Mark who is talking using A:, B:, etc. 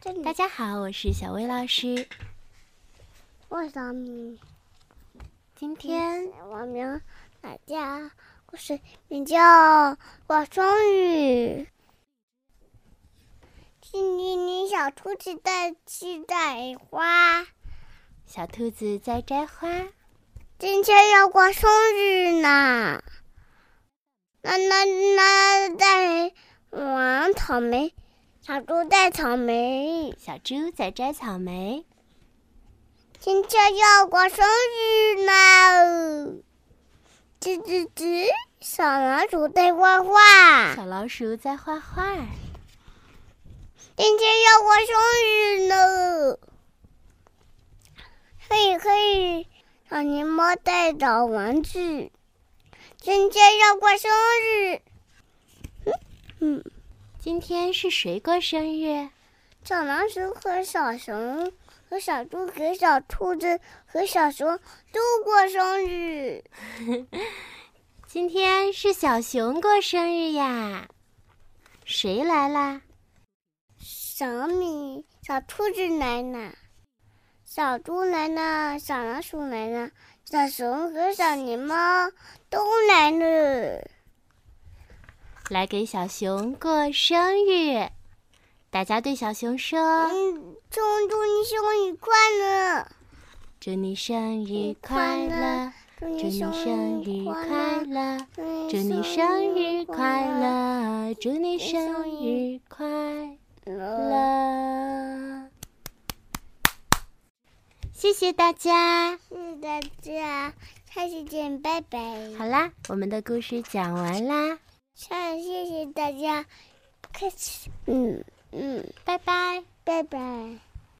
A: 这里
B: 大家好，我是小薇老师。
A: 为什么？
B: 今天
A: 我们大家故事名叫《我终于》。今天你小兔子在去摘花，
B: 小兔子在摘花，
A: 今天要过生日呢。那那那在玩草莓，小猪摘草莓。
B: 小猪在摘草莓。
A: 今天要过生日呢，吱吱吱，小老鼠在画画。
B: 小老鼠在画画。
A: 今天要过生日呢，可以可以，小泥猫在找玩具。今天要过生日，嗯嗯，
B: 今天是谁过生日？
A: 小老鼠和小熊和小猪给小兔子和小熊都过生日。
B: 今天是小熊过生日呀。谁来啦？
A: 小米、小兔子来了，小猪来了，小老鼠来了，小熊和小泥猫都来了。
B: 来给小熊过生日。大家对小熊说
A: 嗯，祝祝你生日快乐，：“
B: 祝你生日快乐，
A: 祝
B: 祝你生日快，乐，
A: 祝
B: 祝你生日快，乐，祝你生日快
A: 乐，
B: 乐。”谢谢大家。
A: 谢谢大家，下次见，拜拜。
B: 好啦，我们的故事讲完啦，
A: 下谢谢大家，开始，嗯嗯，
B: 拜拜。
A: 拜拜。